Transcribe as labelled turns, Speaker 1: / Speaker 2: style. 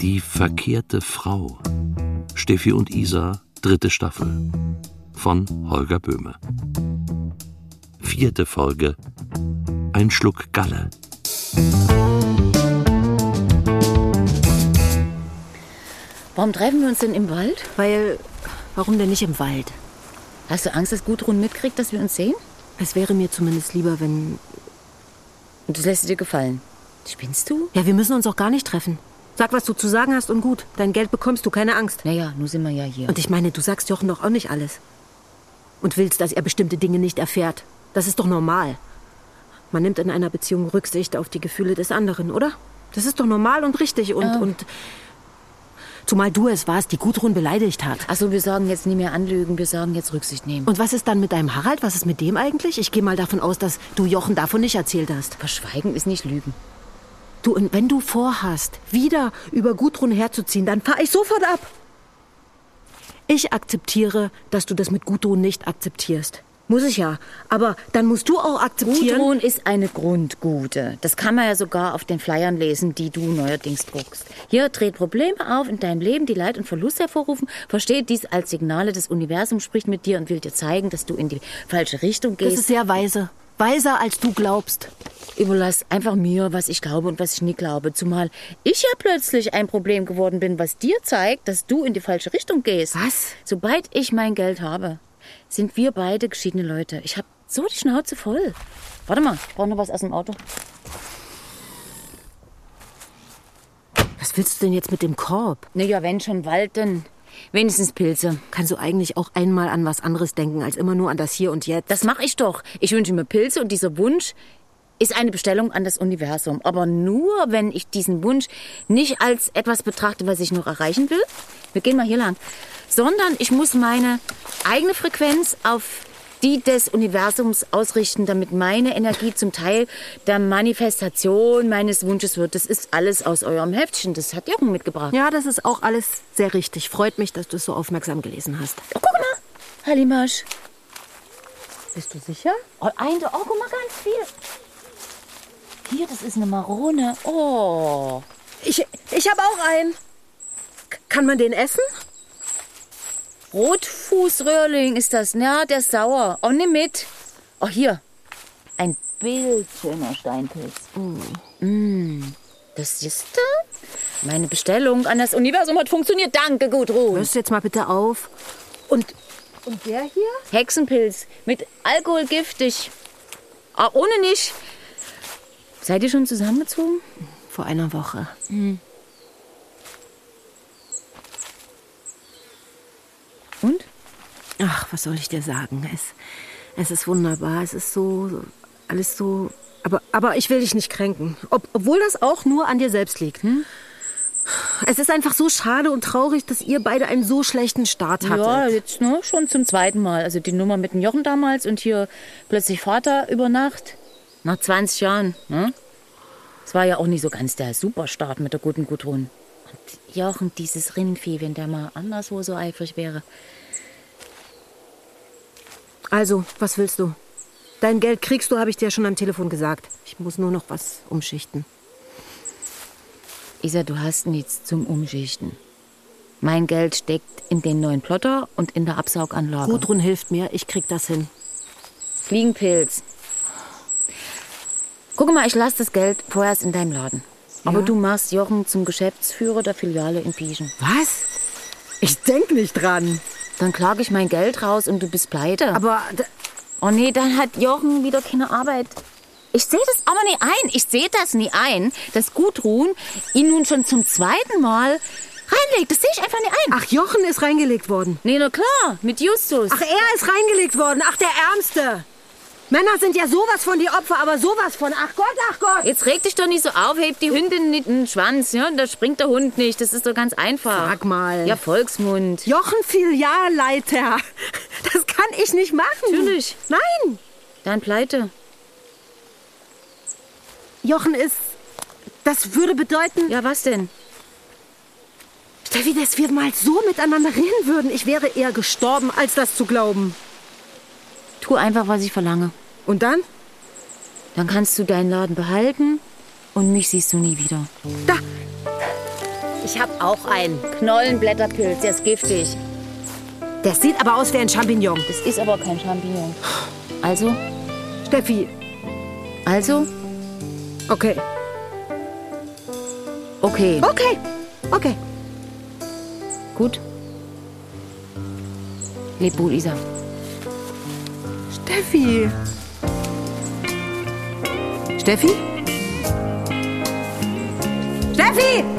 Speaker 1: Die verkehrte Frau. Steffi und Isa, dritte Staffel. Von Holger Böhme. Vierte Folge. Ein Schluck Galle.
Speaker 2: Warum treffen wir uns denn im Wald?
Speaker 3: Weil, warum denn nicht im Wald?
Speaker 2: Hast du Angst, dass Gudrun mitkriegt, dass wir uns sehen?
Speaker 3: Es wäre mir zumindest lieber, wenn...
Speaker 2: Und das lässt dir gefallen. Spinnst du?
Speaker 3: Ja, wir müssen uns auch gar nicht treffen. Sag, was du zu sagen hast und gut. Dein Geld bekommst du, keine Angst.
Speaker 2: Naja, nun sind wir ja hier.
Speaker 3: Und ich meine, du sagst Jochen doch auch nicht alles. Und willst, dass er bestimmte Dinge nicht erfährt. Das ist doch normal. Man nimmt in einer Beziehung Rücksicht auf die Gefühle des anderen, oder? Das ist doch normal und richtig und...
Speaker 2: Ja.
Speaker 3: und Zumal du es warst, die Gudrun beleidigt hat.
Speaker 2: Achso, wir sagen jetzt nie mehr anlügen, wir sagen jetzt Rücksicht nehmen.
Speaker 3: Und was ist dann mit deinem Harald? Was ist mit dem eigentlich? Ich gehe mal davon aus, dass du Jochen davon nicht erzählt hast.
Speaker 2: Verschweigen ist nicht Lügen.
Speaker 3: Du, und wenn du vorhast, wieder über Gudrun herzuziehen, dann fahr ich sofort ab. Ich akzeptiere, dass du das mit Gudrun nicht akzeptierst. Muss ich ja. Aber dann musst du auch akzeptieren.
Speaker 2: Gudrun ist eine Grundgute. Das kann man ja sogar auf den Flyern lesen, die du neuerdings druckst. Hier dreht Probleme auf in deinem Leben, die Leid und Verlust hervorrufen, versteht dies als Signale des Universums, spricht mit dir und will dir zeigen, dass du in die falsche Richtung
Speaker 3: das ist
Speaker 2: gehst.
Speaker 3: sehr weise. Weiser, als du glaubst.
Speaker 2: Überlass einfach mir, was ich glaube und was ich nie glaube. Zumal ich ja plötzlich ein Problem geworden bin, was dir zeigt, dass du in die falsche Richtung gehst.
Speaker 3: Was?
Speaker 2: Sobald ich mein Geld habe, sind wir beide geschiedene Leute. Ich habe so die Schnauze voll. Warte mal, ich brauche noch was aus dem Auto.
Speaker 3: Was willst du denn jetzt mit dem Korb?
Speaker 2: Naja, wenn schon Wald, dann wenigstens Pilze.
Speaker 3: Kannst du eigentlich auch einmal an was anderes denken, als immer nur an das Hier und Jetzt?
Speaker 2: Das mache ich doch. Ich wünsche mir Pilze und dieser Wunsch ist eine Bestellung an das Universum. Aber nur, wenn ich diesen Wunsch nicht als etwas betrachte, was ich noch erreichen will. Wir gehen mal hier lang. Sondern ich muss meine eigene Frequenz auf die des Universums ausrichten, damit meine Energie zum Teil der Manifestation meines Wunsches wird. Das ist alles aus eurem Heftchen. Das hat Jürgen mitgebracht.
Speaker 3: Ja, das ist auch alles sehr richtig. Freut mich, dass du es so aufmerksam gelesen hast.
Speaker 2: Oh, guck mal. Halimasch.
Speaker 3: Bist du sicher?
Speaker 2: Oh, ein, oh, guck mal, ganz viel. Hier, das ist eine Marone. Oh.
Speaker 3: Ich, ich habe auch einen. K- Kann man den essen?
Speaker 2: Rotfußröhrling ist das. Na, der ist sauer. Oh, nimm mit. Oh, hier. Ein bildschöner Steinpilz. Mm. Das ist da? Meine Bestellung an das Universum hat funktioniert. Danke, Gudrun.
Speaker 3: Hörst du jetzt mal bitte auf? Und, und der hier?
Speaker 2: Hexenpilz. Mit Alkohol giftig. Ah, ohne nicht. Seid ihr schon zusammengezogen?
Speaker 3: Vor einer Woche.
Speaker 2: Und?
Speaker 3: Ach, was soll ich dir sagen? Es, es ist wunderbar. Es ist so, so- alles so. Aber, aber ich will dich nicht kränken. Ob, obwohl das auch nur an dir selbst liegt. hm? Es ist einfach so schade und traurig, dass ihr beide einen so schlechten Start hattet.
Speaker 2: Ja, jetzt ne, schon zum zweiten Mal. Also die Nummer mit dem Jochen damals und hier plötzlich Vater über Nacht. Nach 20 Jahren. Ne? Es war ja auch nicht so ganz der Superstart mit der guten Gudrun. Und Jochen, dieses Rindvieh, wenn der mal anderswo so eifrig wäre.
Speaker 3: Also, was willst du? Dein Geld kriegst du, habe ich dir schon am Telefon gesagt. Ich muss nur noch was umschichten.
Speaker 2: Isa, du hast nichts zum Umschichten. Mein Geld steckt in den neuen Plotter und in der Absauganlage.
Speaker 3: Gudrun hilft mir, ich krieg das hin.
Speaker 2: Fliegenpilz. Guck mal, ich lasse das Geld vorerst in deinem Laden. Aber du machst Jochen zum Geschäftsführer der Filiale in Pieschen.
Speaker 3: Was? Ich denk nicht dran.
Speaker 2: Dann klage ich mein Geld raus und du bist pleite.
Speaker 3: Aber d-
Speaker 2: oh nee, dann hat Jochen wieder keine Arbeit. Ich sehe das aber nie ein. Ich sehe das nie ein, dass Gudrun ihn nun schon zum zweiten Mal reinlegt. Das sehe ich einfach nie ein.
Speaker 3: ach, Jochen ist reingelegt worden.
Speaker 2: Nee, na klar, mit Justus.
Speaker 3: Ach, er ist reingelegt worden. Ach, der Ärmste. Männer sind ja sowas von die Opfer, aber sowas von. Ach Gott, ach Gott.
Speaker 2: Jetzt reg dich doch nicht so auf, heb die Hündin nicht in den Schwanz, ja? Und da springt der Hund nicht. Das ist doch ganz einfach.
Speaker 3: Sag mal.
Speaker 2: Ja, Volksmund.
Speaker 3: Jochen Filialleiter. Das kann ich nicht machen.
Speaker 2: Natürlich.
Speaker 3: Nein.
Speaker 2: Dann pleite.
Speaker 3: Jochen ist. Das würde bedeuten,
Speaker 2: Ja, was denn?
Speaker 3: Steffi, dass wir mal so miteinander reden würden. Ich wäre eher gestorben, als das zu glauben.
Speaker 2: Tu einfach, was ich verlange.
Speaker 3: Und dann?
Speaker 2: Dann kannst du deinen Laden behalten und mich siehst du nie wieder.
Speaker 3: Da.
Speaker 2: Ich habe auch einen. Knollenblätterpilz, der ist giftig.
Speaker 3: Der sieht aber aus wie ein Champignon.
Speaker 2: Das ist aber kein Champignon. Also?
Speaker 3: Steffi,
Speaker 2: Also?
Speaker 3: okay.
Speaker 2: Okay.
Speaker 3: Okay, okay.
Speaker 2: Gut. Leb wohl, Isa.
Speaker 3: Steffi. Steffi? Steffi!